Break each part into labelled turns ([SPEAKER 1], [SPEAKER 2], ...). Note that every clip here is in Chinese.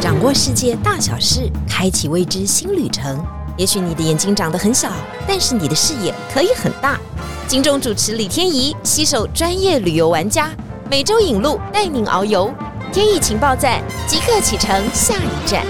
[SPEAKER 1] 掌握世界大小事，开启未知新旅程。也许你的眼睛长得很小，但是你的视野可以很大。金钟主持李天怡携手专业旅游玩家，每周引路带您遨游。天意情报站即刻启程，下一站。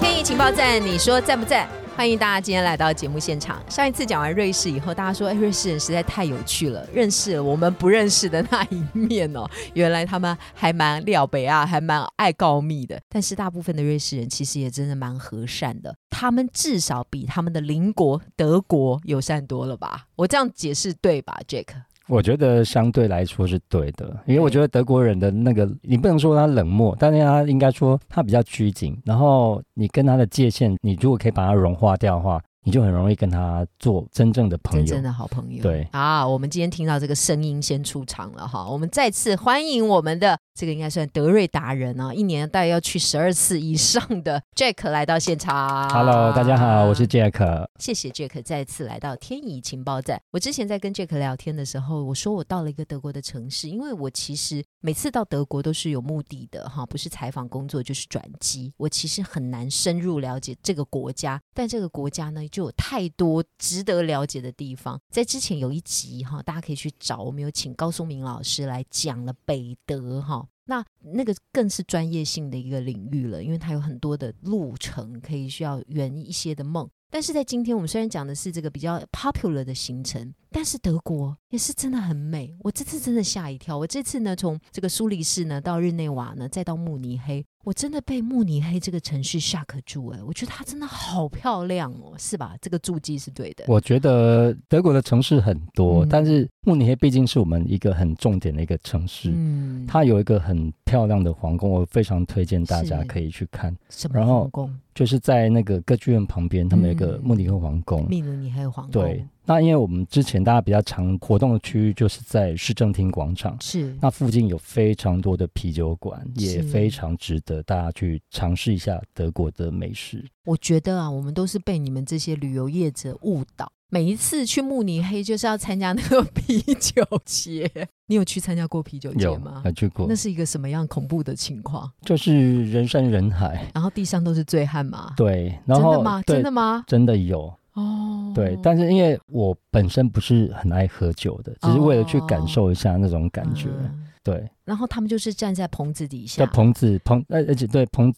[SPEAKER 1] 天意情报站，你说赞不赞？欢迎大家今天来到节目现场。上一次讲完瑞士以后，大家说：“哎，瑞士人实在太有趣了，认识了我们不认识的那一面哦。”原来他们还蛮了北啊，还蛮爱告密的。但是大部分的瑞士人其实也真的蛮和善的，他们至少比他们的邻国德国友善多了吧？我这样解释对吧，Jack？
[SPEAKER 2] 我觉得相对来说是对的，因为我觉得德国人的那个，你不能说他冷漠，但是他应该说他比较拘谨。然后你跟他的界限，你如果可以把它融化掉的话，你就很容易跟他做真正的朋
[SPEAKER 1] 真
[SPEAKER 2] 友。
[SPEAKER 1] 正的好朋友。
[SPEAKER 2] 对
[SPEAKER 1] 啊，我们今天听到这个声音先出场了哈，我们再次欢迎我们的这个应该算德瑞达人啊，一年大概要去十二次以上的 Jack 来到现场。
[SPEAKER 2] Hello，大家好，我是 Jack。
[SPEAKER 1] 谢谢 Jack 再次来到天怡情报站。我之前在跟 Jack 聊天的时候，我说我到了一个德国的城市，因为我其实每次到德国都是有目的的哈，不是采访工作就是转机。我其实很难深入了解这个国家，但这个国家呢就有太多值得了解的地方。在之前有一集哈，大家可以去找，我们有请高松明老师来讲了北德哈。那那个更是专业性的一个领域了，因为它有很多的路程可以需要圆一些的梦。但是在今天，我们虽然讲的是这个比较 popular 的行程，但是德国也是真的很美。我这次真的吓一跳，我这次呢从这个苏黎世呢到日内瓦呢，再到慕尼黑，我真的被慕尼黑这个城市吓可住哎、我觉得它真的好漂亮哦，是吧？这个注记是对的。
[SPEAKER 2] 我觉得德国的城市很多，
[SPEAKER 1] 嗯
[SPEAKER 2] 但是慕尼黑毕竟是我们一个很重点的一个城市，
[SPEAKER 1] 嗯，
[SPEAKER 2] 它有一个很漂亮的皇宫，我非常推荐大家
[SPEAKER 1] 是
[SPEAKER 2] 可以去看，
[SPEAKER 1] 什么
[SPEAKER 2] 然后
[SPEAKER 1] 皇宫？
[SPEAKER 2] 就是在那个歌剧院旁边，他们有一个
[SPEAKER 1] 嗯
[SPEAKER 2] 慕尼黑皇宫。
[SPEAKER 1] 秘鲁尼黑皇宫？
[SPEAKER 2] 对，，那因为我们之前大家比较常活动的区域就是在市政厅广场，
[SPEAKER 1] 是
[SPEAKER 2] 那附近有非常多的啤酒馆，也
[SPEAKER 1] 是
[SPEAKER 2] 非常值得大家去尝试一下德国的美食。
[SPEAKER 1] 我觉得啊，我们都是被你们这些旅游业者误导。每一次去慕尼黑就是要参加那个 啤酒节，你有去参加过啤酒节
[SPEAKER 2] 有
[SPEAKER 1] 吗？
[SPEAKER 2] 有去过
[SPEAKER 1] 那，是一个什么样恐怖的情况？
[SPEAKER 2] 就是人山人海，
[SPEAKER 1] 然后地上都是醉汉吗？
[SPEAKER 2] 对，然
[SPEAKER 1] 真
[SPEAKER 2] 后
[SPEAKER 1] 的吗？
[SPEAKER 2] 对
[SPEAKER 1] 真的吗？
[SPEAKER 2] 真的有，
[SPEAKER 1] 哦，
[SPEAKER 2] 对，但是因为我本身不是很爱喝酒的，只是为了去感受一下那种感觉。
[SPEAKER 1] 哦嗯
[SPEAKER 2] 对，
[SPEAKER 1] 然后他们就是站在棚子底下
[SPEAKER 2] 在，棚子棚，呃而而且对棚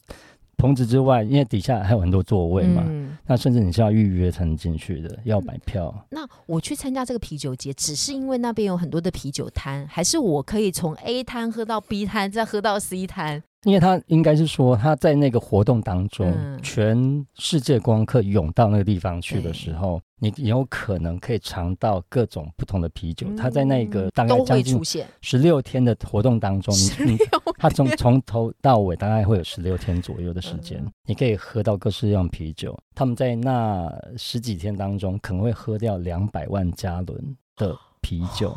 [SPEAKER 2] 棚子之外，因为底下还有很多座位嘛，
[SPEAKER 1] 嗯
[SPEAKER 2] 那甚至你是要预约才能进去的，要买票。
[SPEAKER 1] 那我去参加这个啤酒节，只是因为那边有很多的啤酒摊，还是我可以从 A 摊喝到 B 摊，再喝到 C 摊？
[SPEAKER 2] 因为他应该是说他在那个活动当中，
[SPEAKER 1] 嗯
[SPEAKER 2] 全世界观光客涌到那个地方去的时候，你有可能可以尝到各种不同的啤酒。他在那个
[SPEAKER 1] 嗯
[SPEAKER 2] 大概
[SPEAKER 1] 都
[SPEAKER 2] 将
[SPEAKER 1] 会
[SPEAKER 2] 近
[SPEAKER 1] 出现。
[SPEAKER 2] 十六天的活动当中，
[SPEAKER 1] 十
[SPEAKER 2] 你你
[SPEAKER 1] 六
[SPEAKER 2] 它从从头到尾大概会有十六天左右的时间，
[SPEAKER 1] 嗯
[SPEAKER 2] 你可以喝到各式各样的啤酒。他们在那十几天当中，可能会喝掉两百万加仑 的啤酒，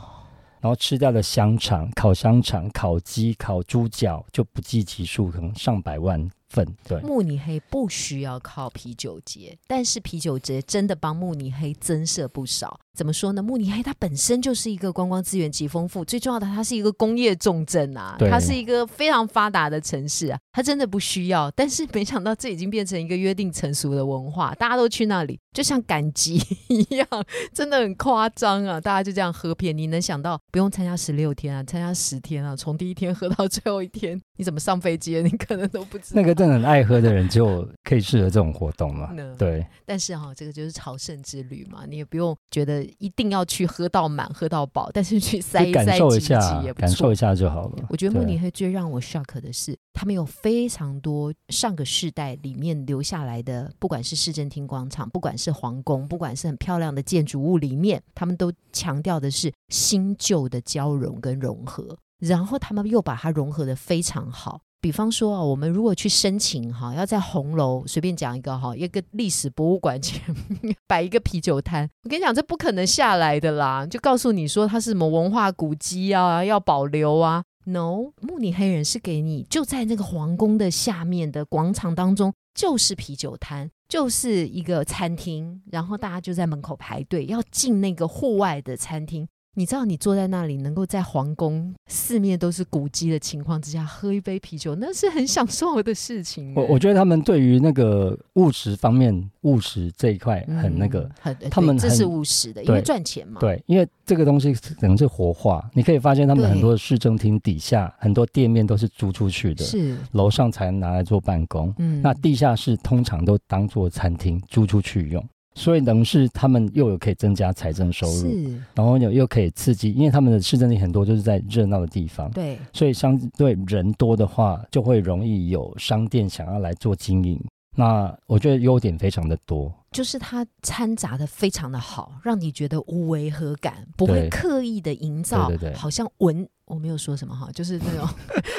[SPEAKER 2] 然后吃掉的香肠、烤香肠、烤鸡、烤猪脚就不计其数，可能上百万份。对，
[SPEAKER 1] 慕尼黑不需要靠啤酒节，但是啤酒节真的帮慕尼黑增设不少。怎么说呢？慕尼黑它本身就是一个观光资源极丰富，最重要的它是一个工业重镇啊，
[SPEAKER 2] 对
[SPEAKER 1] 它是一个非常发达的城市啊，它真的不需要。但是没想到这已经变成一个约定成熟的文化，大家都去那里，就像赶集一样，真的很夸张啊！大家就这样喝遍，你能想到不用参加十六天啊，参加十天啊，从第一天喝到最后一天，你怎么上飞机的？你 可能都不知道。
[SPEAKER 2] 那个真的很爱喝的人就可以适合这种活动嘛
[SPEAKER 1] 嗯？
[SPEAKER 2] 啊对，
[SPEAKER 1] 但是哈、这个就是朝圣之旅嘛，你也不用觉得一定要去喝到满、喝到饱，但是去塞
[SPEAKER 2] 就
[SPEAKER 1] 一
[SPEAKER 2] 感
[SPEAKER 1] 塞
[SPEAKER 2] 受
[SPEAKER 1] 挤
[SPEAKER 2] 一
[SPEAKER 1] 一
[SPEAKER 2] 下
[SPEAKER 1] 挤也，不
[SPEAKER 2] 感受
[SPEAKER 1] 错嗯
[SPEAKER 2] 一。下就好了。
[SPEAKER 1] 我觉得慕
[SPEAKER 2] 对
[SPEAKER 1] 尼黑最让我 shock 的是，他们有非常多上个世代里面留下来的，不管是市政厅广场，不管是皇宫，不管是很漂亮的建筑物里面，他们都强调的是新旧的交融跟融合，然后他们又把它融合的非常好。比方说啊，我们如果去申请哈，要在红楼随便讲一个哈，一个历史博物馆前面 摆一个啤酒摊，我跟你讲，这不可能下来的啦。就告诉你说它是什么文化古迹啊，要保留啊。No，慕尼黑人是给你就在那个皇宫的下面的广场当中，就是啤酒摊，就是一个餐厅，然后大家就在门口排队要进那个户外的餐厅。你知道，你坐在那里能够在皇宫四面都是古迹的情况之下喝一杯啤酒，那是很享受的事情。欸
[SPEAKER 2] 我我觉得他们对于那个务实方面，务实这一块很那个，
[SPEAKER 1] 嗯很呃
[SPEAKER 2] 他们
[SPEAKER 1] 对这
[SPEAKER 2] 很
[SPEAKER 1] 是务实的，因
[SPEAKER 2] 对
[SPEAKER 1] 为赚钱嘛。
[SPEAKER 2] 对，因为这个东西可能是活化，你可以发现他们
[SPEAKER 1] 对
[SPEAKER 2] 很多市政厅底下很多店面都是租出去的，
[SPEAKER 1] 是，
[SPEAKER 2] 楼上才拿来做办公。
[SPEAKER 1] 嗯，
[SPEAKER 2] 那地下室通常都当做餐厅租出去用，所以等于是他们又有可以增加财政收入，
[SPEAKER 1] 是，
[SPEAKER 2] 然后又又可以刺激，因为他们的市政厅很多就是在热闹的地方，
[SPEAKER 1] 对，
[SPEAKER 2] 所以相对人多的话，就会容易有商店想要来做经营。那我觉得优点非常的多，
[SPEAKER 1] 就是它掺杂的非常的好，让你觉得无违和感，不会
[SPEAKER 2] 对
[SPEAKER 1] 刻意的营造，
[SPEAKER 2] 对对对
[SPEAKER 1] 好像闻我没有说什么哈，就是那 种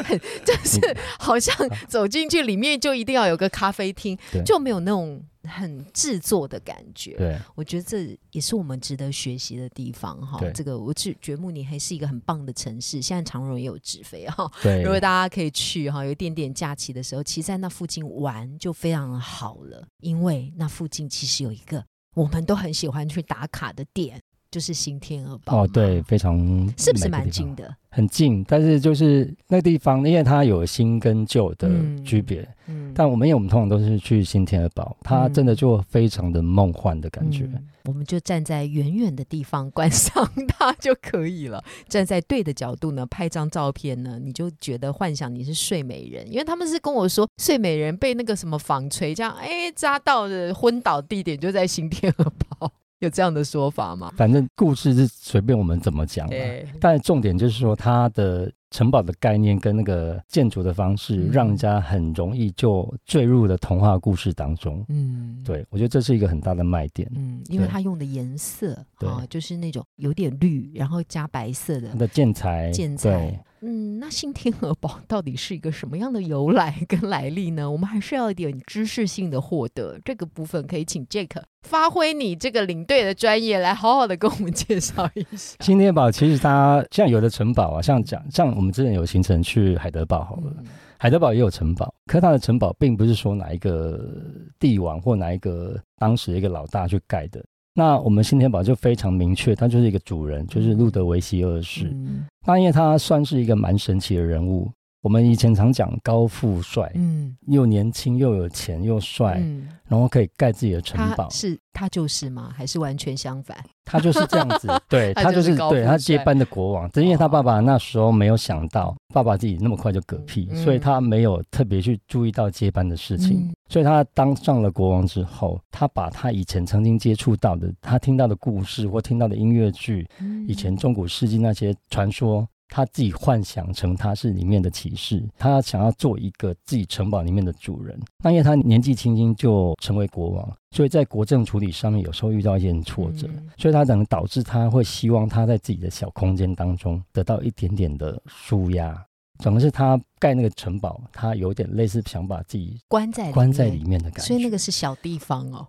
[SPEAKER 1] 很，就是
[SPEAKER 2] 嗯
[SPEAKER 1] 好像走进去里面就一定要有个咖啡厅
[SPEAKER 2] 啊对，
[SPEAKER 1] 就没有那种很制作的感觉。
[SPEAKER 2] 对，
[SPEAKER 1] 我觉得这也是我们值得学习的地方哈
[SPEAKER 2] 对。
[SPEAKER 1] 这个我觉觉慕你还是一个很棒的城市，现在长荣也有直飞哈，
[SPEAKER 2] 对
[SPEAKER 1] 如，果大家可以去哈，有一点点假期的时候，其实在那附近玩就非常好了，因为那附近其实有一个我们都很喜欢去打卡的点，就是新天鹅堡。
[SPEAKER 2] 哦，对，，非常
[SPEAKER 1] 是不是
[SPEAKER 2] 美的
[SPEAKER 1] 蛮
[SPEAKER 2] 地方
[SPEAKER 1] 近的？
[SPEAKER 2] 很近，但是就是那地方，因为它有新跟旧的区别。
[SPEAKER 1] 嗯，
[SPEAKER 2] 但我们因为我们通常都是去新天鹅堡，它真的就非常的梦幻的感觉。
[SPEAKER 1] 嗯我们就站在远远的地方观赏它就可以了。站在对的角度呢，拍张照片呢，你就觉得幻想你是睡美人，因为他们是跟我说睡美人被那个什么纺锤这样哎扎到的昏倒地点就在新天鹅堡，有这样的说法吗？
[SPEAKER 2] 反正故事是随便我们怎么讲、啊，
[SPEAKER 1] 对，
[SPEAKER 2] 但重点就是说它的城堡的概念跟那个建筑的方式，
[SPEAKER 1] 嗯
[SPEAKER 2] 让人家很容易就坠入了童话故事当中。
[SPEAKER 1] 嗯，，
[SPEAKER 2] 对我觉得这是一个很大的卖点，
[SPEAKER 1] 嗯，因为
[SPEAKER 2] 对
[SPEAKER 1] 它用的颜色
[SPEAKER 2] 对
[SPEAKER 1] 啊，就是那种有点绿，然后加白色
[SPEAKER 2] 它
[SPEAKER 1] 的。
[SPEAKER 2] 的建材，
[SPEAKER 1] 建
[SPEAKER 2] 对
[SPEAKER 1] 材，嗯，那新天鹅堡到底是一个什么样的由来跟来历呢？我们还是要一点知识性的获得，这个部分可以请 Jack 发挥你这个领队的专业，来好好的跟我们介绍一下。
[SPEAKER 2] 新天鹅堡其实它像有的城堡啊，像讲像我们之前有行程去海德堡 好了，
[SPEAKER 1] 嗯
[SPEAKER 2] 海德堡也有城堡，可它的城堡并不是说哪一个帝王或哪一个当时一个老大去盖的。那我们新天堡就非常明确，他就是一个主人，就是路德维希二世。
[SPEAKER 1] 嗯
[SPEAKER 2] 那因为他算是一个蛮神奇的人物。我们以前常讲高富帅，
[SPEAKER 1] 嗯，
[SPEAKER 2] 又年轻又有钱又帅，
[SPEAKER 1] 嗯
[SPEAKER 2] 然后可以盖自己的城堡
[SPEAKER 1] 他。是他就是吗？还是完全相反？
[SPEAKER 2] 他就是这样 子，对
[SPEAKER 1] 他
[SPEAKER 2] 他就
[SPEAKER 1] 就是
[SPEAKER 2] 是
[SPEAKER 1] 高
[SPEAKER 2] 对
[SPEAKER 1] 富
[SPEAKER 2] 他
[SPEAKER 1] 帅哦
[SPEAKER 2] 接班的国王，只是因为他爸爸那时候没有想到爸爸自己那么快就嗝屁，
[SPEAKER 1] 嗯
[SPEAKER 2] 所以他没有特别去注意到接班的事情。
[SPEAKER 1] 嗯
[SPEAKER 2] 所以他当上了国王之后，他把他以前曾经接触到的、他听到的故事或听到的音乐剧、
[SPEAKER 1] 嗯
[SPEAKER 2] 以前中古世纪那些传说。他自己幻想成他是里面的骑士，他想要做一个自己城堡里面的主人。那因为他年纪轻轻就成为国王，所以在国政处理上面有时候遇到一些挫折，
[SPEAKER 1] 嗯
[SPEAKER 2] 所以他可能导致他会希望他在自己的小空间当中得到一点点的舒压。总是他盖那个城堡，他有点类似想把自己
[SPEAKER 1] 关在
[SPEAKER 2] 关在里面的感觉。
[SPEAKER 1] 所以那个是小地方哦，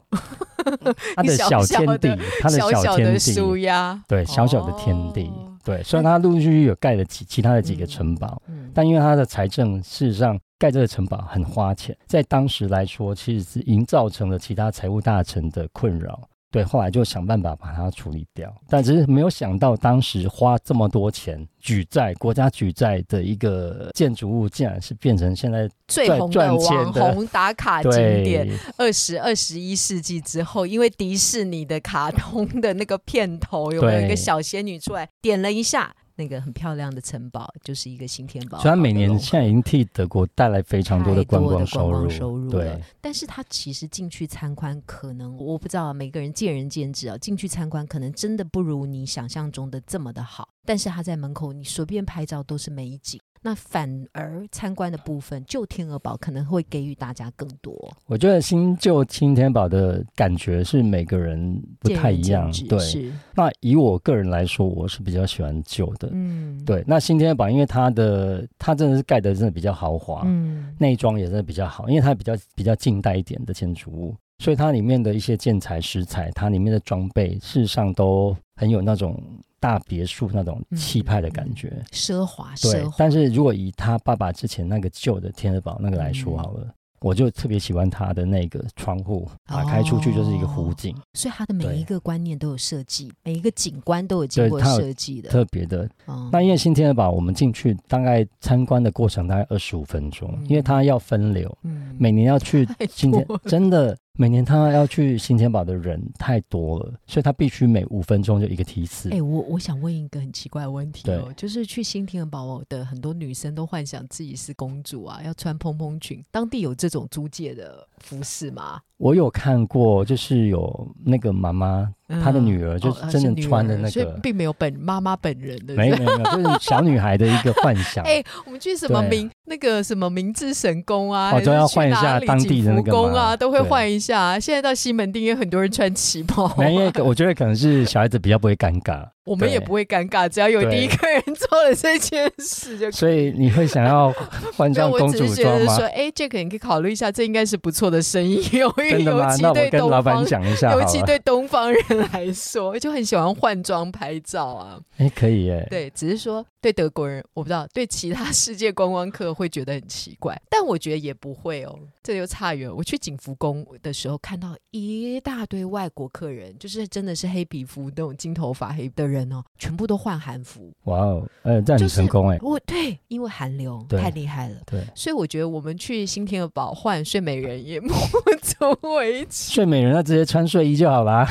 [SPEAKER 2] 他的
[SPEAKER 1] 小小
[SPEAKER 2] 天地
[SPEAKER 1] 的，
[SPEAKER 2] 他的
[SPEAKER 1] 小
[SPEAKER 2] 天
[SPEAKER 1] 的
[SPEAKER 2] 地，
[SPEAKER 1] 舒压，
[SPEAKER 2] 对，小小的天地，
[SPEAKER 1] 哦
[SPEAKER 2] 对。虽然他陆陆续续有盖了其其他的几个城堡，
[SPEAKER 1] 嗯
[SPEAKER 2] 但因为他的财政，事实上盖这个城堡很花钱，在当时来说，其实是营造成了其他财务大臣的困扰。对，后来就想办法把它处理掉，但只是没有想到当时花这么多钱举债，国家举债的一个建筑物，竟然是变成现在
[SPEAKER 1] 最
[SPEAKER 2] 赚
[SPEAKER 1] 红的
[SPEAKER 2] 赚钱
[SPEAKER 1] 网
[SPEAKER 2] 的
[SPEAKER 1] 红打卡景点
[SPEAKER 2] 对。
[SPEAKER 1] 二十二十一世纪之后，因为迪士尼的卡通的那个片头有没有
[SPEAKER 2] 对
[SPEAKER 1] 一个小仙女出来，点了一下那个很漂亮的城堡，就是一个新天堡。
[SPEAKER 2] 虽然每年现在已经替德国带来非常多的观光收入，
[SPEAKER 1] 收入
[SPEAKER 2] 对
[SPEAKER 1] 了，但是它其实进去参观，可能我不知道啊每个人见仁见智啊。进去参观可能真的不如你想象中的这么的好，但是它在门口你随便拍照都是美景。那反而参观的部分，就天鹅堡可能会给予大家更多
[SPEAKER 2] 我觉得新旧青天堡的感觉是每个人不
[SPEAKER 1] 见
[SPEAKER 2] 太
[SPEAKER 1] 仁
[SPEAKER 2] 一样
[SPEAKER 1] 见。智，
[SPEAKER 2] 对，
[SPEAKER 1] 是，
[SPEAKER 2] 那以我个人来说，我是比较喜欢旧的。
[SPEAKER 1] 嗯，，
[SPEAKER 2] 对，那新天堡因为它的它真的是盖的真的比较豪华，
[SPEAKER 1] 嗯，
[SPEAKER 2] 内装也真的比较好，因为它比较比较近代一点的建筑物，所以它里面的一些建材石材，它里面的装备，事实上都很有那种大别墅那种
[SPEAKER 1] 嗯
[SPEAKER 2] 气派的
[SPEAKER 1] 嗯
[SPEAKER 2] 感
[SPEAKER 1] 嗯
[SPEAKER 2] 觉。
[SPEAKER 1] 奢华，
[SPEAKER 2] 对
[SPEAKER 1] 奢，华，嗯
[SPEAKER 2] 但是如果以他爸爸之前那个旧的天鹅堡那个来说好了，我就特别喜欢它的那个窗户，打开出去就是一个湖景，
[SPEAKER 1] 所以它的每一
[SPEAKER 2] 对
[SPEAKER 1] 个观念都有设计，每一个景观都有经
[SPEAKER 2] 对
[SPEAKER 1] 过
[SPEAKER 2] 它有
[SPEAKER 1] 设计的。
[SPEAKER 2] 特别的。
[SPEAKER 1] 嗯
[SPEAKER 2] 那因为新天鹅堡，我们进去大概参观的过程大概二十五分钟，
[SPEAKER 1] 嗯
[SPEAKER 2] 因为它要分流，
[SPEAKER 1] 嗯
[SPEAKER 2] 每年 要去新天
[SPEAKER 1] 多了，
[SPEAKER 2] 真的每年他要去新天堡的人太多了，所以他必须每五分钟就一个梯次。
[SPEAKER 1] 哎、我我想问一个很奇怪的问题哦
[SPEAKER 2] 对，
[SPEAKER 1] 就是去新天鹅堡的很多女生都幻想自己是公主啊，要穿蓬蓬裙。当地有这种租借的服饰吗？
[SPEAKER 2] 我有看过，就是有那个妈妈，
[SPEAKER 1] 嗯
[SPEAKER 2] 她的女儿
[SPEAKER 1] 儿
[SPEAKER 2] 就是真的穿的那
[SPEAKER 1] 所以
[SPEAKER 2] 个，
[SPEAKER 1] 并没有本妈妈本人的。
[SPEAKER 2] 没
[SPEAKER 1] 是
[SPEAKER 2] 有没有没有，就是小女孩的一个幻想。
[SPEAKER 1] 哎、我们去什么
[SPEAKER 2] 对
[SPEAKER 1] 明那个什么明治神宫啊，
[SPEAKER 2] 哦
[SPEAKER 1] 还是
[SPEAKER 2] 都要
[SPEAKER 1] 去
[SPEAKER 2] 换一
[SPEAKER 1] 哪
[SPEAKER 2] 下
[SPEAKER 1] 里
[SPEAKER 2] 当地的
[SPEAKER 1] 景
[SPEAKER 2] 那
[SPEAKER 1] 福
[SPEAKER 2] 个
[SPEAKER 1] 宫
[SPEAKER 2] 嘛
[SPEAKER 1] 啊，都会
[SPEAKER 2] 对
[SPEAKER 1] 换一下啊。现在到西门町也很多人穿旗袍、
[SPEAKER 2] 没有，因为我觉得可能是小孩子比较不会尴尬，
[SPEAKER 1] 我们也
[SPEAKER 2] 对
[SPEAKER 1] 不会尴尬，只要有第一
[SPEAKER 2] 对
[SPEAKER 1] 个人做了这件事就可以。
[SPEAKER 2] 所以你会 想要换
[SPEAKER 1] 那
[SPEAKER 2] 上
[SPEAKER 1] 我
[SPEAKER 2] 公
[SPEAKER 1] 只
[SPEAKER 2] 主
[SPEAKER 1] 是觉
[SPEAKER 2] 装
[SPEAKER 1] 得
[SPEAKER 2] 吗
[SPEAKER 1] 说，？哎、这个你可以考虑一下，这应该是不错的生意， 由于
[SPEAKER 2] 真的
[SPEAKER 1] 尤
[SPEAKER 2] 吗？
[SPEAKER 1] 其
[SPEAKER 2] 那
[SPEAKER 1] 对
[SPEAKER 2] 我跟
[SPEAKER 1] 东
[SPEAKER 2] 老板
[SPEAKER 1] 方，
[SPEAKER 2] 讲一下好
[SPEAKER 1] 尤其
[SPEAKER 2] 了。
[SPEAKER 1] 对东方人来说，就很喜欢换装拍照啊。
[SPEAKER 2] 哎，可以耶。
[SPEAKER 1] 对，只是说对德国人，我不知道对其他 世界观光客会觉得很奇怪，但我觉得也不会哦，这就差远了。我去景福宫的时候，看到一大堆外国客人，就是真的是黑皮肤那种金头发黑的人哦，全部都换韩服。
[SPEAKER 2] 哇哦，呃，这样
[SPEAKER 1] 就
[SPEAKER 2] 你
[SPEAKER 1] 是
[SPEAKER 2] 成功哎。
[SPEAKER 1] 我对，因为韩流
[SPEAKER 2] 对
[SPEAKER 1] 太厉害了。
[SPEAKER 2] 对，
[SPEAKER 1] 所以我觉得我们去新天鹅堡换睡美人也 不足为奇，
[SPEAKER 2] 睡美人要直接穿睡衣就好啦。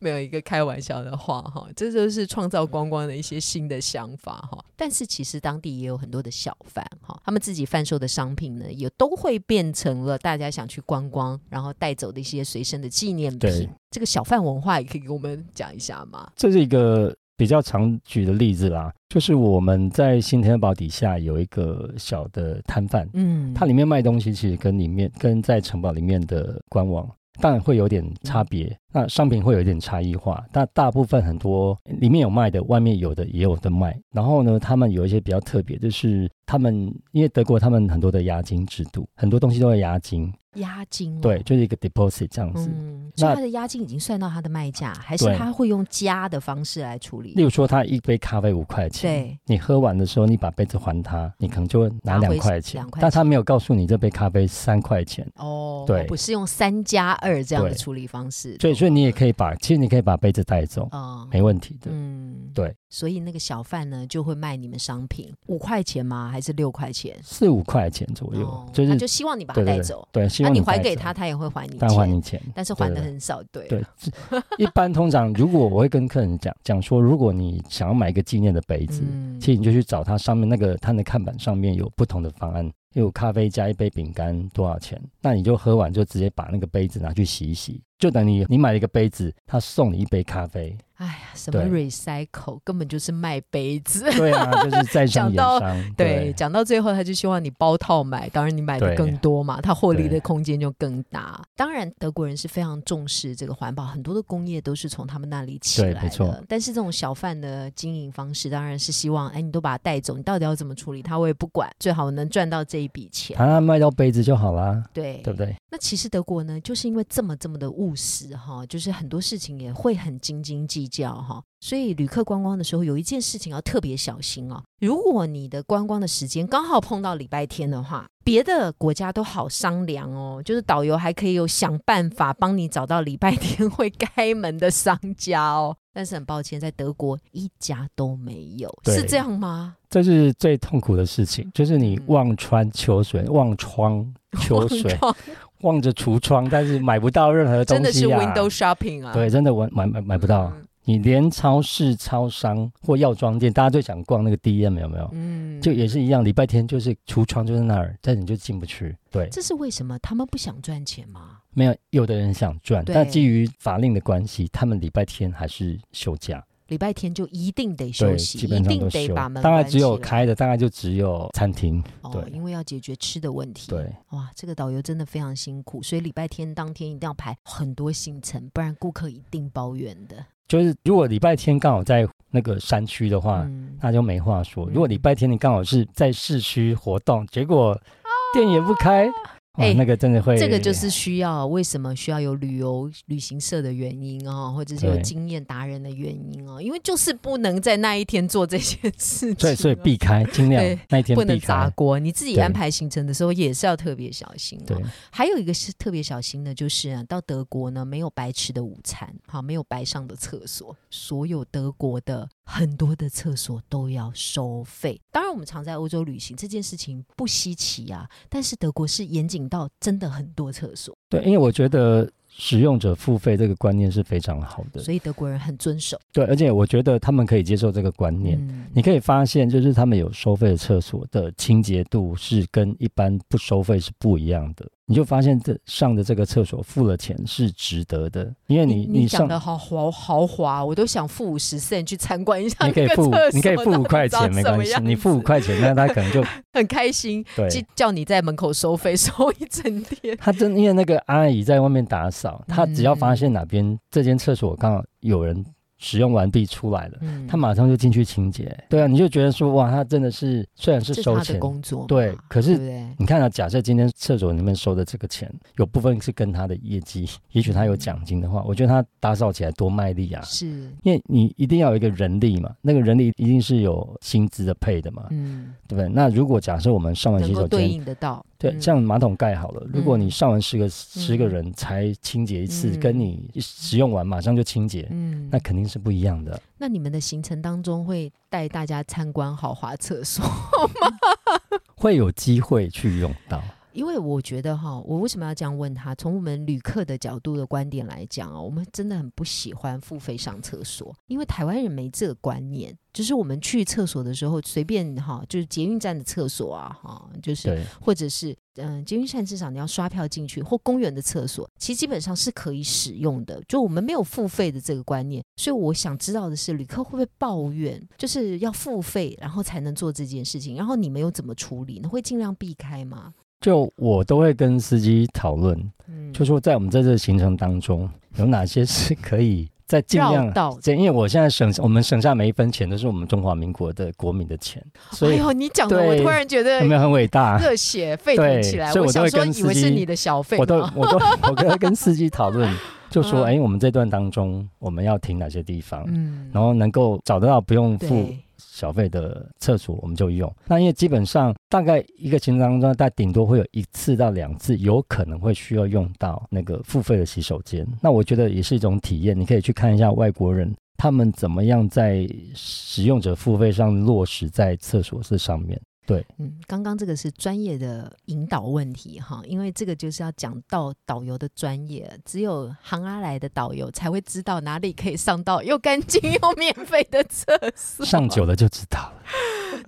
[SPEAKER 1] 没有一个开玩笑的话哈，这就是创造观光的一些新的想法哈。但是其实当地也有很多的小贩哈，他们自己贩售的商品呢，也都会变成了大家想去观光，然后带走的一些随身的纪念品
[SPEAKER 2] 对。
[SPEAKER 1] 这个小贩文化也可以给我们讲一下吗？
[SPEAKER 2] 这是一个比较常举的例子啦，就是我们在新天鹅堡底下有一个小的摊贩，
[SPEAKER 1] 嗯，
[SPEAKER 2] 它里面卖东西其实跟里面跟在城堡里面的官网。当然会有点差
[SPEAKER 1] 嗯
[SPEAKER 2] 别，那商品会有一点差异化，但大部分很多里面有卖的，外面有的也有的卖。然后呢，他们有一些比较特别，就是他们因为德国他们很多的押金制度，很多东西都要押金，
[SPEAKER 1] 押金、哦、
[SPEAKER 2] 对，。就是一个 deposit 这样子。
[SPEAKER 1] 嗯，所以
[SPEAKER 2] 那
[SPEAKER 1] 他的押金已经算到他的卖价，还是
[SPEAKER 2] 对
[SPEAKER 1] 他会用加的方式来处理
[SPEAKER 2] 例？如说，他一杯咖啡五块钱，
[SPEAKER 1] 对，
[SPEAKER 2] 你喝完的时候，你把杯子还他，你可能就会拿
[SPEAKER 1] 拿回
[SPEAKER 2] 两块钱
[SPEAKER 1] 两块，钱
[SPEAKER 2] 但他没有告诉你这杯咖啡三块钱，
[SPEAKER 1] 哦，
[SPEAKER 2] 对
[SPEAKER 1] 我不是用三加二这样的
[SPEAKER 2] 对
[SPEAKER 1] 处理方式，
[SPEAKER 2] 所以所以你也可以把，其实你可以把杯子带走，
[SPEAKER 1] 啊，
[SPEAKER 2] 没问题的。
[SPEAKER 1] 嗯，
[SPEAKER 2] 对，
[SPEAKER 1] 所以那个小贩呢就会卖你们商品，五块钱吗？还是六块钱？
[SPEAKER 2] 四五块钱左右，
[SPEAKER 1] 哦
[SPEAKER 2] 就
[SPEAKER 1] 他
[SPEAKER 2] 是
[SPEAKER 1] 就希望你把它
[SPEAKER 2] 对对
[SPEAKER 1] 带
[SPEAKER 2] 对
[SPEAKER 1] 走，
[SPEAKER 2] 对，希
[SPEAKER 1] 那
[SPEAKER 2] 望
[SPEAKER 1] 你
[SPEAKER 2] 带
[SPEAKER 1] 还给
[SPEAKER 2] 走
[SPEAKER 1] 他，，他也会还你
[SPEAKER 2] 但还
[SPEAKER 1] 钱，
[SPEAKER 2] 你钱。
[SPEAKER 1] 但是还的
[SPEAKER 2] 对对
[SPEAKER 1] 很少，对
[SPEAKER 2] 对，这一般通常如果我会跟客人讲讲说，如果你想要买一个纪念的杯子，
[SPEAKER 1] 嗯
[SPEAKER 2] 其实你就去找它上面那个它的看板上面有不同的方案，有咖啡加一杯饼干多少钱？那你就喝完就直接把那个杯子拿去洗一洗，就等于你买了一个杯子，他送你一杯咖啡。
[SPEAKER 1] 哎呀，什么
[SPEAKER 2] 对
[SPEAKER 1] recycle 根本就是卖杯子。
[SPEAKER 2] 对啊，就是在商言
[SPEAKER 1] 讲
[SPEAKER 2] 商。
[SPEAKER 1] 对，讲到最后，他就希望你包套买，当然你买的
[SPEAKER 2] 对
[SPEAKER 1] 更多嘛，他获利的
[SPEAKER 2] 对
[SPEAKER 1] 空间就更大。当然，德国人是非常重视这个环保，很多的工业都是从他们那里起
[SPEAKER 2] 对
[SPEAKER 1] 来
[SPEAKER 2] 没错
[SPEAKER 1] 的。但是这种小贩的经营方式，当然是希望，哎，你都把它带走，你到底要怎么处理，他我也不管，最好能赚到这一笔钱。
[SPEAKER 2] 他卖到杯子就好啦，
[SPEAKER 1] 对，
[SPEAKER 2] 对不对？
[SPEAKER 1] 那其实德国呢，就是因为这么这么的务实哈，就是很多事情也会很斤斤计较哈，所以旅客观光的时候有一件事情要特别小心哦。如果你的观光的时间刚好碰到礼拜天的话，别的国家都好商量哦，就是导游还可以有想办法帮你找到礼拜天会开门的商家哦。但是很抱歉，在德国一家都没有，
[SPEAKER 2] 对
[SPEAKER 1] 是这样吗？
[SPEAKER 2] 这是最痛苦的事情，就是你
[SPEAKER 1] 嗯
[SPEAKER 2] 望穿秋水，望窗 秋水，望着橱窗，但是买不到任何东
[SPEAKER 1] 真
[SPEAKER 2] 西、啊、
[SPEAKER 1] 的是 window shopping 啊，
[SPEAKER 2] 对，真的我买买买不到。你连超市、超商或药妆店，大家最想逛那个 DM 有没有？
[SPEAKER 1] 嗯，嗯
[SPEAKER 2] 就也是一样，礼拜天就是橱窗就在那儿，但你就进不去。对，
[SPEAKER 1] 这是为什么？他们不想赚钱吗？
[SPEAKER 2] 没有有的人想赚，
[SPEAKER 1] 对
[SPEAKER 2] 但基于法令的关系，他们礼拜天还是休假，
[SPEAKER 1] 礼拜天就一定得休
[SPEAKER 2] 对，
[SPEAKER 1] 息，
[SPEAKER 2] 基
[SPEAKER 1] 一
[SPEAKER 2] 本上
[SPEAKER 1] 定
[SPEAKER 2] 都
[SPEAKER 1] 得
[SPEAKER 2] 休。
[SPEAKER 1] 把门
[SPEAKER 2] 大概
[SPEAKER 1] 关
[SPEAKER 2] 只
[SPEAKER 1] 起
[SPEAKER 2] 有
[SPEAKER 1] 来。
[SPEAKER 2] 开的，大概就只有餐厅。
[SPEAKER 1] 哦，
[SPEAKER 2] 对
[SPEAKER 1] 因为要解决吃的问题。
[SPEAKER 2] 对，
[SPEAKER 1] 哇，这个导游真的非常辛苦，所以礼拜天当天一定要排很多行程，不然顾客一定抱怨的。
[SPEAKER 2] 就是如果礼拜天刚好在那个山区的话，
[SPEAKER 1] 嗯，
[SPEAKER 2] 那就没话说。
[SPEAKER 1] 嗯
[SPEAKER 2] 如果礼拜天你刚好是在市区活动，结果店也不开，哦
[SPEAKER 1] 哎
[SPEAKER 2] 那个真的会，
[SPEAKER 1] 这个就是需要为什么需要有旅游旅行社的原因哦，或者是有
[SPEAKER 2] 对
[SPEAKER 1] 经验达人的原因哦，因为就是不能在那一天做这件事情、
[SPEAKER 2] 所以所以避开，尽量
[SPEAKER 1] 对
[SPEAKER 2] 那一天
[SPEAKER 1] 不能
[SPEAKER 2] 避
[SPEAKER 1] 砸
[SPEAKER 2] 开。
[SPEAKER 1] 锅，你自己
[SPEAKER 2] 对
[SPEAKER 1] 安排行程的时候也是要特别小心、哦。
[SPEAKER 2] 对，
[SPEAKER 1] 还有一个是特别小心的，就是啊，到德国呢，没有白吃的午餐，好，没有白上的厕所，所有德国的很多的厕所都要收费。当然，我们常在欧洲旅行这件事情不稀奇啊，但是德国是严谨到真的很多厕所，
[SPEAKER 2] 对，因为我觉得使用者付费这个观念是非常好的，
[SPEAKER 1] 所以德国人很遵守。
[SPEAKER 2] 对，而且我觉得他们可以接受这个观念。
[SPEAKER 1] 嗯
[SPEAKER 2] 你可以发现，就是他们有收费的厕所的清洁度是跟一般不收费是不一样的。你就发现这上的这个厕所付了钱是值得的，因为你
[SPEAKER 1] 你讲
[SPEAKER 2] 上
[SPEAKER 1] 的好豪豪华，我都想付五十 cent 去参观一下
[SPEAKER 2] 你
[SPEAKER 1] 那
[SPEAKER 2] 可以
[SPEAKER 1] 个厕
[SPEAKER 2] 付
[SPEAKER 1] 所到底长什么样子。
[SPEAKER 2] 你可以付五块钱没关系，你付五块钱，那他可能就
[SPEAKER 1] 很开心，
[SPEAKER 2] 对
[SPEAKER 1] 就叫你在门口收费 收一整天。
[SPEAKER 2] 他真因为那个阿姨在外面打扫，她只要发
[SPEAKER 1] 嗯
[SPEAKER 2] 现哪边这间厕所刚好有人使用完毕出来了，
[SPEAKER 1] 嗯
[SPEAKER 2] 她马上就进去清洁。对啊，你就觉得说哇，她真的是虽然是
[SPEAKER 1] 这是
[SPEAKER 2] 收
[SPEAKER 1] 他的
[SPEAKER 2] 钱，
[SPEAKER 1] 工作嘛，
[SPEAKER 2] 对可
[SPEAKER 1] 对
[SPEAKER 2] 是
[SPEAKER 1] 不对
[SPEAKER 2] 你看啊，假设今天厕所里面收的这个钱，有部分是跟她的 业绩，也许她有奖金的话，
[SPEAKER 1] 嗯
[SPEAKER 2] 我觉得她打扫起来多卖力啊。
[SPEAKER 1] 是，
[SPEAKER 2] 因为你一定要有一个人力嘛，那个人力一定是有薪资的配的嘛，
[SPEAKER 1] 嗯，
[SPEAKER 2] 对不对？那如果假设我们上完洗
[SPEAKER 1] 能
[SPEAKER 2] 啊手
[SPEAKER 1] 够对
[SPEAKER 2] 间，
[SPEAKER 1] 应得到，
[SPEAKER 2] 对，
[SPEAKER 1] 嗯
[SPEAKER 2] 像马桶盖好了，如果你
[SPEAKER 1] 嗯
[SPEAKER 2] 上完十个十个
[SPEAKER 1] 嗯
[SPEAKER 2] 人才清洁一次，
[SPEAKER 1] 嗯
[SPEAKER 2] 跟你使用完马上就清洁，
[SPEAKER 1] 嗯，
[SPEAKER 2] 那肯定是不一样的。
[SPEAKER 1] 那你们的行程当中会带大家参观豪华厕所？
[SPEAKER 2] 会有机会去用到，
[SPEAKER 1] 因为我觉得哈，我为什么要这样问他？从我们旅客的角度的观点来讲啊，我们真的很不喜欢付费上厕所，因为台湾人没这个观念，就是我们去厕所的时候随便哈，就是捷运站的厕所啊，哈，就是
[SPEAKER 2] 对，
[SPEAKER 1] 或者是嗯，捷运站至少你要刷票进去，或公园的厕所，其实基本上是可以使用的。就我们没有付费的这个观念，所以我想知道的是，旅客会不会抱怨，就是要付费然后才能做这件事情？然后你们又怎么处理呢？会尽量避开吗？
[SPEAKER 2] 就我都会跟司机讨论，
[SPEAKER 1] 嗯，
[SPEAKER 2] 就说在我们这次的行程当中，有哪些是可以在尽
[SPEAKER 1] 绕
[SPEAKER 2] 量。
[SPEAKER 1] 道。
[SPEAKER 2] 对因为我现在省，我们省下每一分钱都是我们中华民国的国民的 钱，所
[SPEAKER 1] 哎
[SPEAKER 2] 以
[SPEAKER 1] 呦，你讲的我
[SPEAKER 2] 对
[SPEAKER 1] 突然觉得
[SPEAKER 2] 有没有很伟大？
[SPEAKER 1] 热血沸腾起来。
[SPEAKER 2] 对所以我都
[SPEAKER 1] 想
[SPEAKER 2] 会
[SPEAKER 1] 说，
[SPEAKER 2] 跟
[SPEAKER 1] 以为
[SPEAKER 2] 司
[SPEAKER 1] 是
[SPEAKER 2] 机
[SPEAKER 1] 你的小费，
[SPEAKER 2] 我都我都 我跟跟司机讨论，就
[SPEAKER 1] 嗯
[SPEAKER 2] 说哎、我们这段当中我们要停哪些地方，
[SPEAKER 1] 嗯，
[SPEAKER 2] 然后能够找得到不用付
[SPEAKER 1] 对，
[SPEAKER 2] 小费的厕所，我们就用。那因为基本上大概一个行程当中，大概顶多会有一次到两次，有可能会需要用到那个付费的洗手间。那我觉得也是一种体验，你可以去看一下外国人他们怎么样在使用者付费上落实在厕所这上面。
[SPEAKER 1] 嗯，刚刚这个是专业的引导问题哈，因为这个就是要讲到导游的专业，只有行阿来的导游才会知道哪里可以上到又干净又免费的厕所。
[SPEAKER 2] 上久了就知道了。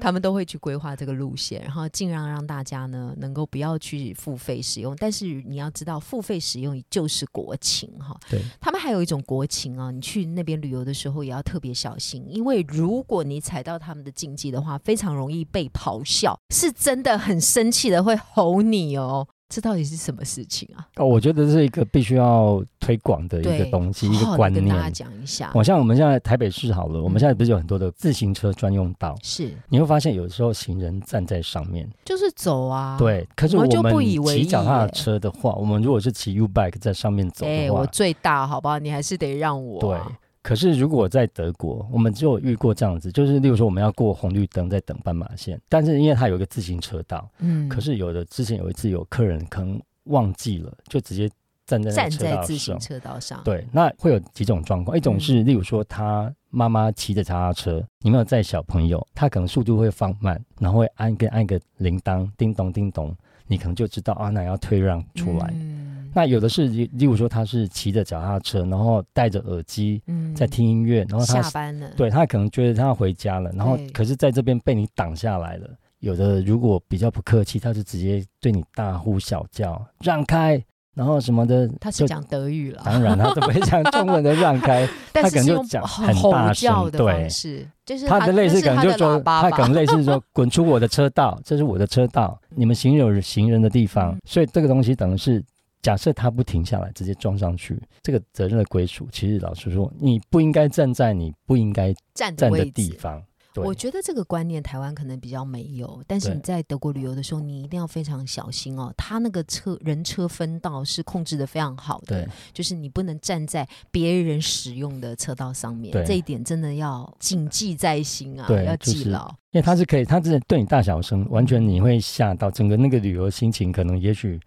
[SPEAKER 1] 他们都会去规划这个路线，然后尽量让大家呢能够不要去付费使用。但是你要知道，付费使用就是国情哈。
[SPEAKER 2] 对，
[SPEAKER 1] 他们还有一种国情啊，你去那边旅游的时候也要特别小心，因为如果你踩到他们的禁忌的话，非常容易被咆哮，是真的很生气的，会吼你哦。这到底是什么事情啊？
[SPEAKER 2] 哦，我觉得是一个必须要推广的一个
[SPEAKER 1] 对
[SPEAKER 2] 东西，一
[SPEAKER 1] 好
[SPEAKER 2] 个
[SPEAKER 1] 好地
[SPEAKER 2] 观念
[SPEAKER 1] 跟。大家讲一下。
[SPEAKER 2] 我像我们现在台北市好了，我们
[SPEAKER 1] 嗯
[SPEAKER 2] 现在不是有很多的自行车专用道，
[SPEAKER 1] 是，
[SPEAKER 2] 你会发现有时候行人站在上面，
[SPEAKER 1] 就是走啊。，
[SPEAKER 2] 对，可是
[SPEAKER 1] 我
[SPEAKER 2] 我
[SPEAKER 1] 就不
[SPEAKER 2] 们
[SPEAKER 1] 以为
[SPEAKER 2] 骑脚
[SPEAKER 1] 意
[SPEAKER 2] 踏
[SPEAKER 1] 耶
[SPEAKER 2] 车的话，我们如果是骑 U bike 在上面走
[SPEAKER 1] 哎、
[SPEAKER 2] 的话，
[SPEAKER 1] 我最大，好不好？你还是得让我
[SPEAKER 2] 对
[SPEAKER 1] 啊、。
[SPEAKER 2] 可是如果在德国，我们就有遇过这样子，就是例如说我们要过红绿灯在等斑马线，但是因为它有一个自行车道，
[SPEAKER 1] 嗯，
[SPEAKER 2] 可是有的之前有一次有客人可能忘记了，就直接站在那
[SPEAKER 1] 站
[SPEAKER 2] 个车
[SPEAKER 1] 在
[SPEAKER 2] 道
[SPEAKER 1] 自行
[SPEAKER 2] 上。
[SPEAKER 1] 车道上。
[SPEAKER 2] 对，那会有几种状况，一
[SPEAKER 1] 嗯
[SPEAKER 2] 种是例如说他妈妈骑着脚踏车，你没有载小朋友，他可能速度会放慢，然后会按跟按个铃铛，叮咚叮咚，你可能就知道啊，那要退让出来。
[SPEAKER 1] 嗯
[SPEAKER 2] 那有的是，例例如说他是骑着脚踏车，然后戴着耳机
[SPEAKER 1] 嗯
[SPEAKER 2] 在听音乐，然后他
[SPEAKER 1] 下班了，
[SPEAKER 2] 对他可能觉得他要回家了，然后
[SPEAKER 1] 对
[SPEAKER 2] 可是在这边被你挡下来了。有的如果比较不客气，他就直接对你大呼小叫，让开，然后什么的，
[SPEAKER 1] 他是
[SPEAKER 2] 就
[SPEAKER 1] 讲德语 了，
[SPEAKER 2] 当然，他都不会讲中文的让开，
[SPEAKER 1] 但
[SPEAKER 2] 他
[SPEAKER 1] 是
[SPEAKER 2] 可能
[SPEAKER 1] 是
[SPEAKER 2] 就
[SPEAKER 1] 用
[SPEAKER 2] 讲
[SPEAKER 1] 吼
[SPEAKER 2] 很
[SPEAKER 1] 吼
[SPEAKER 2] 大
[SPEAKER 1] 叫
[SPEAKER 2] 声
[SPEAKER 1] 的
[SPEAKER 2] 对
[SPEAKER 1] 方式，就是
[SPEAKER 2] 他的类似可能就说，
[SPEAKER 1] 他
[SPEAKER 2] 他可
[SPEAKER 1] 能
[SPEAKER 2] 能类似说滚出我的车道，这是我的车道，你们行人有行人的地方
[SPEAKER 1] 嗯。
[SPEAKER 2] 所以这个东西等于是，假设他不停下来，直接撞上去，这个责任的归属，其实老实说，你不应该站在你不应该
[SPEAKER 1] 站的
[SPEAKER 2] 站的
[SPEAKER 1] 位
[SPEAKER 2] 地
[SPEAKER 1] 置。
[SPEAKER 2] 方。对
[SPEAKER 1] 我觉得这个观念台湾可能比较没有，但是
[SPEAKER 2] 对
[SPEAKER 1] 你在德国旅游的时候，你一定要非常小心哦。它那个车人车分道是控制的非常好的，
[SPEAKER 2] 对，
[SPEAKER 1] 就是你不能站在别人使用的车道上面
[SPEAKER 2] 对，
[SPEAKER 1] 这一点真的要谨记在心啊，
[SPEAKER 2] 对
[SPEAKER 1] 要
[SPEAKER 2] 就
[SPEAKER 1] 记
[SPEAKER 2] 是
[SPEAKER 1] 牢。
[SPEAKER 2] 因为它是可以，它真的对你大小声，完全你会吓到，整个那个旅游心情可能 也许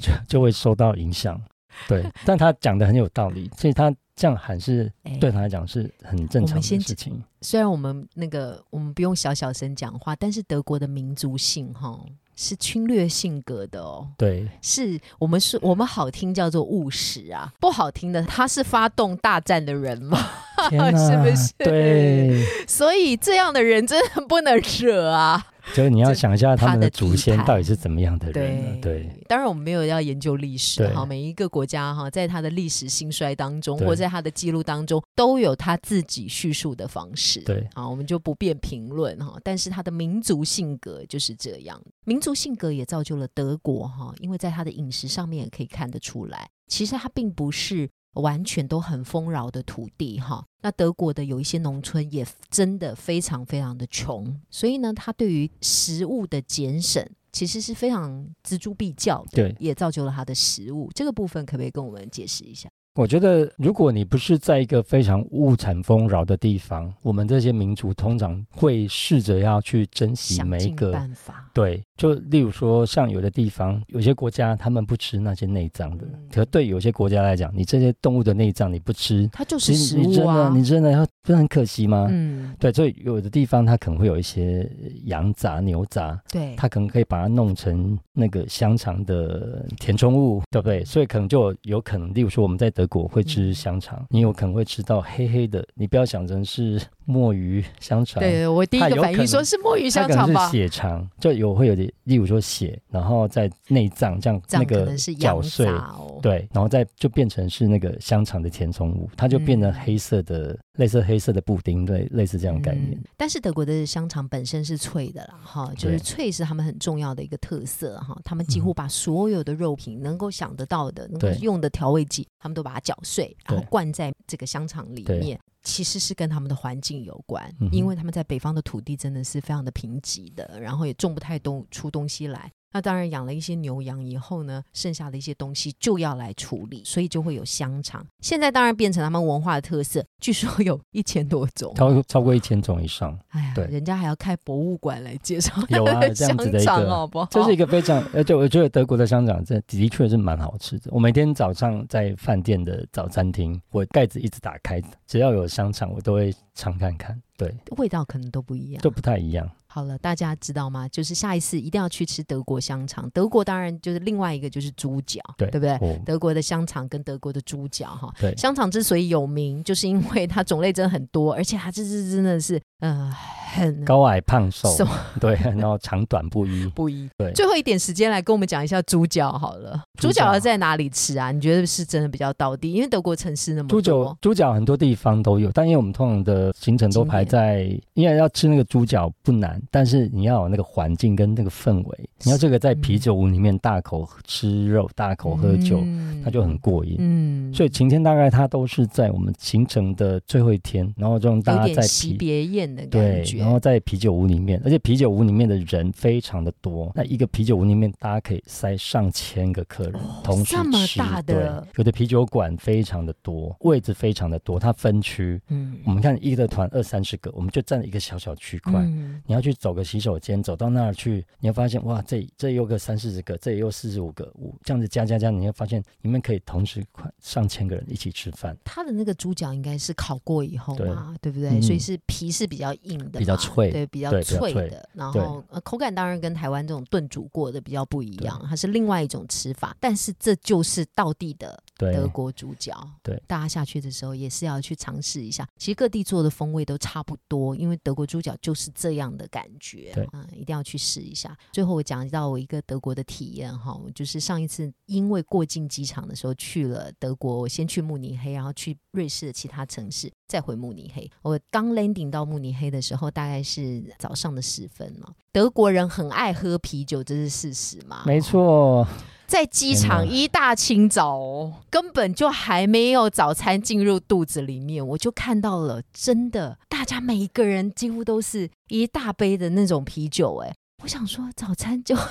[SPEAKER 2] 就就会受到影响。对，但他讲的很有道理，所以他这样喊是
[SPEAKER 1] 哎
[SPEAKER 2] 对他来讲是很正
[SPEAKER 1] 我
[SPEAKER 2] 常
[SPEAKER 1] 们
[SPEAKER 2] 的
[SPEAKER 1] 先
[SPEAKER 2] 事情。
[SPEAKER 1] 虽然我们那个我们不用小小声讲话，但是德国的民族性哈、是侵略性格的哦，
[SPEAKER 2] 对，
[SPEAKER 1] 是我们是我们好听叫做务实啊，不好听的他是发动大战的人嘛，
[SPEAKER 2] 天哪，
[SPEAKER 1] 是不是
[SPEAKER 2] 对，
[SPEAKER 1] 所以这样的人真的不能惹啊。
[SPEAKER 2] 就是你要
[SPEAKER 1] 这
[SPEAKER 2] 想一下他
[SPEAKER 1] 他
[SPEAKER 2] 们
[SPEAKER 1] 的
[SPEAKER 2] 的祖
[SPEAKER 1] 地
[SPEAKER 2] 先
[SPEAKER 1] 盘
[SPEAKER 2] 到底是怎么样的人啊
[SPEAKER 1] 对
[SPEAKER 2] 对，
[SPEAKER 1] 当然我们没有要研究历史
[SPEAKER 2] 对
[SPEAKER 1] 哈，每一个国家哈，在它的历史兴衰当中，
[SPEAKER 2] 对
[SPEAKER 1] 或在它的记录当中，都有它自己叙述的方式。
[SPEAKER 2] 对
[SPEAKER 1] 啊，我们就不便评论哈。但是它的民族性格就是这样，民族性格也造就了德国哈，因为在它的饮食上面也可以看得出来，其实它并不是。完全都很丰饶的土地哈，那德国的有一些农村也真的非常非常的穷，所以呢，它对于食物的节省其实是非常锱铢必较的。
[SPEAKER 2] 对
[SPEAKER 1] 也造就了他的食物。这个部分可不可以跟我们解释一下？
[SPEAKER 2] 我觉得，如果你不是在一个非常物产丰饶的地方，我们这些民族通常会试着要去珍惜
[SPEAKER 1] 想
[SPEAKER 2] 每一
[SPEAKER 1] 尽
[SPEAKER 2] 个
[SPEAKER 1] 办法，
[SPEAKER 2] 对，就例如说，像有的地方，有些国家他们不吃那些内脏的，
[SPEAKER 1] 嗯
[SPEAKER 2] 可对有些国家来讲，你这些动物的内脏你不吃，
[SPEAKER 1] 它就是
[SPEAKER 2] 其实
[SPEAKER 1] 食
[SPEAKER 2] 你真
[SPEAKER 1] 物
[SPEAKER 2] 的
[SPEAKER 1] 啊。
[SPEAKER 2] 你真的要不是很可惜吗？
[SPEAKER 1] 嗯，
[SPEAKER 2] 对，所以有的地方它可能会有一些羊杂、牛杂，
[SPEAKER 1] 对，
[SPEAKER 2] 它可能可以把它弄成那个香肠的填充物，对不对？所以可能就有有可能，例如说我们在德国会吃
[SPEAKER 1] 嗯
[SPEAKER 2] 香肠，你有可能会吃到黑黑的，你不要想成是墨鱼香肠，
[SPEAKER 1] 对我第一
[SPEAKER 2] 它有
[SPEAKER 1] 个反
[SPEAKER 2] 可
[SPEAKER 1] 应
[SPEAKER 2] 能
[SPEAKER 1] 说是墨鱼
[SPEAKER 2] 它
[SPEAKER 1] 香
[SPEAKER 2] 可
[SPEAKER 1] 肠
[SPEAKER 2] 能是
[SPEAKER 1] 吧。
[SPEAKER 2] 血肠，就有会有点，例如说血，然后在内脏这样
[SPEAKER 1] 这
[SPEAKER 2] 那
[SPEAKER 1] 样可
[SPEAKER 2] 个
[SPEAKER 1] 能是
[SPEAKER 2] 搅
[SPEAKER 1] 羊
[SPEAKER 2] 碎
[SPEAKER 1] 杂，哦，
[SPEAKER 2] 对，然后再就变成是那个香肠的填充物，它就变成
[SPEAKER 1] 嗯
[SPEAKER 2] 黑色的，类似黑色的布丁，对，类似这样的概念。
[SPEAKER 1] 嗯但是德国的香肠本身是脆的啦，哈，就是
[SPEAKER 2] 对
[SPEAKER 1] 脆是他们很重要的一个特色哈。他们几乎把所有的肉品能够想得到的、能够
[SPEAKER 2] 嗯对
[SPEAKER 1] 用的调味剂，他们都把它搅碎，然后
[SPEAKER 2] 对
[SPEAKER 1] 灌在这个香肠里
[SPEAKER 2] 对
[SPEAKER 1] 面。其实是跟他们的环境有关，
[SPEAKER 2] 嗯哼
[SPEAKER 1] 因为他们在北方的土地真的是非常的贫瘠的，然后也种不太东出东西来。那当然养了一些牛羊以后呢，剩下的一些东西就要来处理，所以就会有香肠。现在当然变成他们文化的特色，据说有一千多种。
[SPEAKER 2] 超超过一千种以上，
[SPEAKER 1] 哎呀，
[SPEAKER 2] 对
[SPEAKER 1] 人家还要开博物馆来介绍
[SPEAKER 2] 有 啊这
[SPEAKER 1] 香
[SPEAKER 2] 样子的一个
[SPEAKER 1] 肠，好不好？
[SPEAKER 2] 这是一个非
[SPEAKER 1] 哦
[SPEAKER 2] 常，而且我觉得德国的香肠这的确是蛮好吃的。我每天早上在饭店的早餐厅，我盖子一直打开，只要有香肠，我都会尝看看，对，
[SPEAKER 1] 味道可能都不一样
[SPEAKER 2] 都。不太一样。
[SPEAKER 1] 好了，大家知道吗？就是下一次一定要去吃德国香肠。德国当然就是另外一个就是猪脚，
[SPEAKER 2] 对哦
[SPEAKER 1] 不对？
[SPEAKER 2] 我
[SPEAKER 1] 德国的香肠跟德国的猪脚哈，
[SPEAKER 2] 对
[SPEAKER 1] 香肠之所以有名，就是因为它种类真的很多，而且它这是真的是呃很
[SPEAKER 2] 高矮胖瘦，
[SPEAKER 1] 什
[SPEAKER 2] 对，然后长短 不一。
[SPEAKER 1] 不一。
[SPEAKER 2] 对
[SPEAKER 1] 最后一点时间来跟我们讲一下猪脚好了。
[SPEAKER 2] 猪
[SPEAKER 1] 猪脚
[SPEAKER 2] 脚
[SPEAKER 1] 要在哪里吃啊？你觉得是真的比较到地？因为德国城市那么
[SPEAKER 2] 猪
[SPEAKER 1] 多，
[SPEAKER 2] 脚猪脚很多地方都有，但因为我们通常的行程都排在，因为要吃那个猪脚不难，但是你要有那个环境跟那个氛围，你要这个在啤酒屋里面大口吃肉、大口喝酒，
[SPEAKER 1] 嗯
[SPEAKER 2] 那就很过瘾。
[SPEAKER 1] 嗯，
[SPEAKER 2] 所以晴天大概它都是在我们行程的最后一天，然后就让大
[SPEAKER 1] 有
[SPEAKER 2] 家在
[SPEAKER 1] 点惜
[SPEAKER 2] 啤
[SPEAKER 1] 别宴的
[SPEAKER 2] 对
[SPEAKER 1] 感，
[SPEAKER 2] 然后
[SPEAKER 1] 觉。
[SPEAKER 2] 在啤酒屋里面，而且啤酒屋里面的人非常的多，那一个啤酒屋里面大家可以塞上千个客人，
[SPEAKER 1] 哦
[SPEAKER 2] 同时
[SPEAKER 1] 这么
[SPEAKER 2] 吃
[SPEAKER 1] 大的
[SPEAKER 2] 对，有的啤酒馆非常的多，位置非常的多，它分区，
[SPEAKER 1] 嗯
[SPEAKER 2] 我们看一个团二三十个，我们就占了一个小小区块。
[SPEAKER 1] 嗯
[SPEAKER 2] 你要去走个洗手间，走到那儿去，你会发现哇，这这又个三四十个，这也有四十五个，五这样子加加加，你会发现你们可以同时快上千个人一起吃饭，
[SPEAKER 1] 它的那个猪脚应该是烤过以后
[SPEAKER 2] 对
[SPEAKER 1] 嘛，对不对？
[SPEAKER 2] 嗯
[SPEAKER 1] 所以是皮是比较硬的嘛，
[SPEAKER 2] 比较脆
[SPEAKER 1] 对，比较
[SPEAKER 2] 对比较
[SPEAKER 1] 脆
[SPEAKER 2] 脆
[SPEAKER 1] 的。然后呃口感当然跟台湾这种炖煮过的比较不一样，它是另外一种吃法。但是这就是道地的
[SPEAKER 2] 对，
[SPEAKER 1] 德国猪脚，
[SPEAKER 2] 对
[SPEAKER 1] 大家下去的时候也是要去尝试一下。其实各地做的风味都差不多，因为德国猪脚就是这样的感觉，
[SPEAKER 2] 对
[SPEAKER 1] 嗯，一定要去试一下。最后我讲到我一个德国的体验哈，我就是上一次因为过境机场的时候去了德国，我先去慕尼黑，然后去瑞士的其他城市，再回慕尼黑。我刚 landing 到慕尼黑的时候，大大概是早上的时分嘛。德国人很爱喝啤酒，这是事实嘛？
[SPEAKER 2] 没错，
[SPEAKER 1] 在机
[SPEAKER 2] 天哪
[SPEAKER 1] 场一大清早哦，根本就还没有早餐进入肚子里面，我就看到了，真的，大家每一个人几乎都是一大杯的那种啤酒、哎。我想说，早餐就喝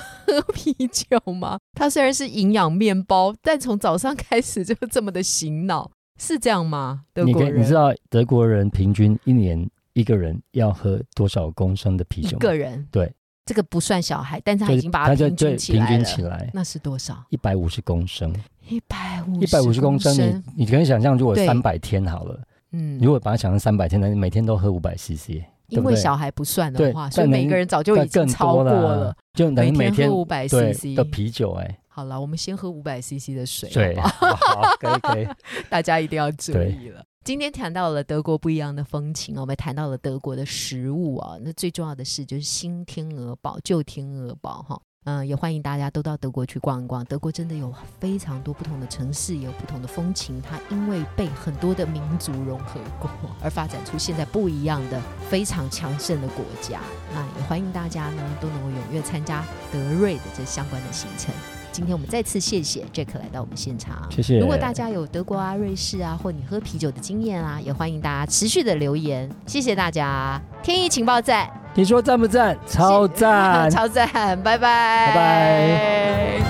[SPEAKER 1] 啤酒吗？ 它虽然是营养面包，但从早上开始就这么的醒脑，是这样吗？德
[SPEAKER 2] 你
[SPEAKER 1] 国
[SPEAKER 2] 可以
[SPEAKER 1] 人，
[SPEAKER 2] 你知道德国人平均一年一个人要喝多少公升的啤
[SPEAKER 1] 一
[SPEAKER 2] 酒吗
[SPEAKER 1] 个？人，
[SPEAKER 2] 对，
[SPEAKER 1] 这个不算小孩，但是他
[SPEAKER 2] 就
[SPEAKER 1] 已
[SPEAKER 2] 是
[SPEAKER 1] 经把
[SPEAKER 2] 他
[SPEAKER 1] 它
[SPEAKER 2] 就
[SPEAKER 1] 平
[SPEAKER 2] 对
[SPEAKER 1] 均起
[SPEAKER 2] 平
[SPEAKER 1] 来
[SPEAKER 2] 均
[SPEAKER 1] 了，
[SPEAKER 2] 起来
[SPEAKER 1] 那是多少？
[SPEAKER 2] 一百五十公升，
[SPEAKER 1] 一百五，
[SPEAKER 2] 一百五十公升，你你可以想象，如果
[SPEAKER 1] 对
[SPEAKER 2] 三百天好了，
[SPEAKER 1] 嗯，
[SPEAKER 2] 如果把它想成三百天，那你每天都喝五百 CC，对
[SPEAKER 1] 因
[SPEAKER 2] 不
[SPEAKER 1] 为
[SPEAKER 2] 对
[SPEAKER 1] 小孩不算的
[SPEAKER 2] 对
[SPEAKER 1] 话，
[SPEAKER 2] 但
[SPEAKER 1] 所以每
[SPEAKER 2] 能
[SPEAKER 1] 个人早就已
[SPEAKER 2] 那
[SPEAKER 1] 经
[SPEAKER 2] 更
[SPEAKER 1] 超过
[SPEAKER 2] 多啦
[SPEAKER 1] 了，，
[SPEAKER 2] 就等于每天
[SPEAKER 1] 喝五百
[SPEAKER 2] 对
[SPEAKER 1] CC
[SPEAKER 2] 的。啤酒哎，
[SPEAKER 1] 好了，我们先喝五百 CC 的水，啊
[SPEAKER 2] 对，好 好可以可以，
[SPEAKER 1] 大家一定要注
[SPEAKER 2] 对
[SPEAKER 1] 意了。今天谈到了德国不一样的风情，我们谈到了德国的食物啊，那最重要的是就是新天鹅堡、旧天鹅堡哈。嗯，也欢迎大家都到德国去逛一逛。德国真的有非常多不同的城市，也有不同的风情。它因为被很多的民族融合过，而发展出现在不一样的非常强盛的国家。那也欢迎大家呢都能够踊跃参加德瑞的这相关的行程。今天我们再次谢谢 Jack 来到我们现场，
[SPEAKER 2] 谢谢
[SPEAKER 1] 如果大家有德国啊、瑞士啊，或你喝啤酒的经验啊，也欢迎大家持续的留言。谢谢大家，天意情报站，
[SPEAKER 2] 你说赞不赞？超赞！
[SPEAKER 1] 超赞，拜拜，
[SPEAKER 2] 拜
[SPEAKER 1] 拜。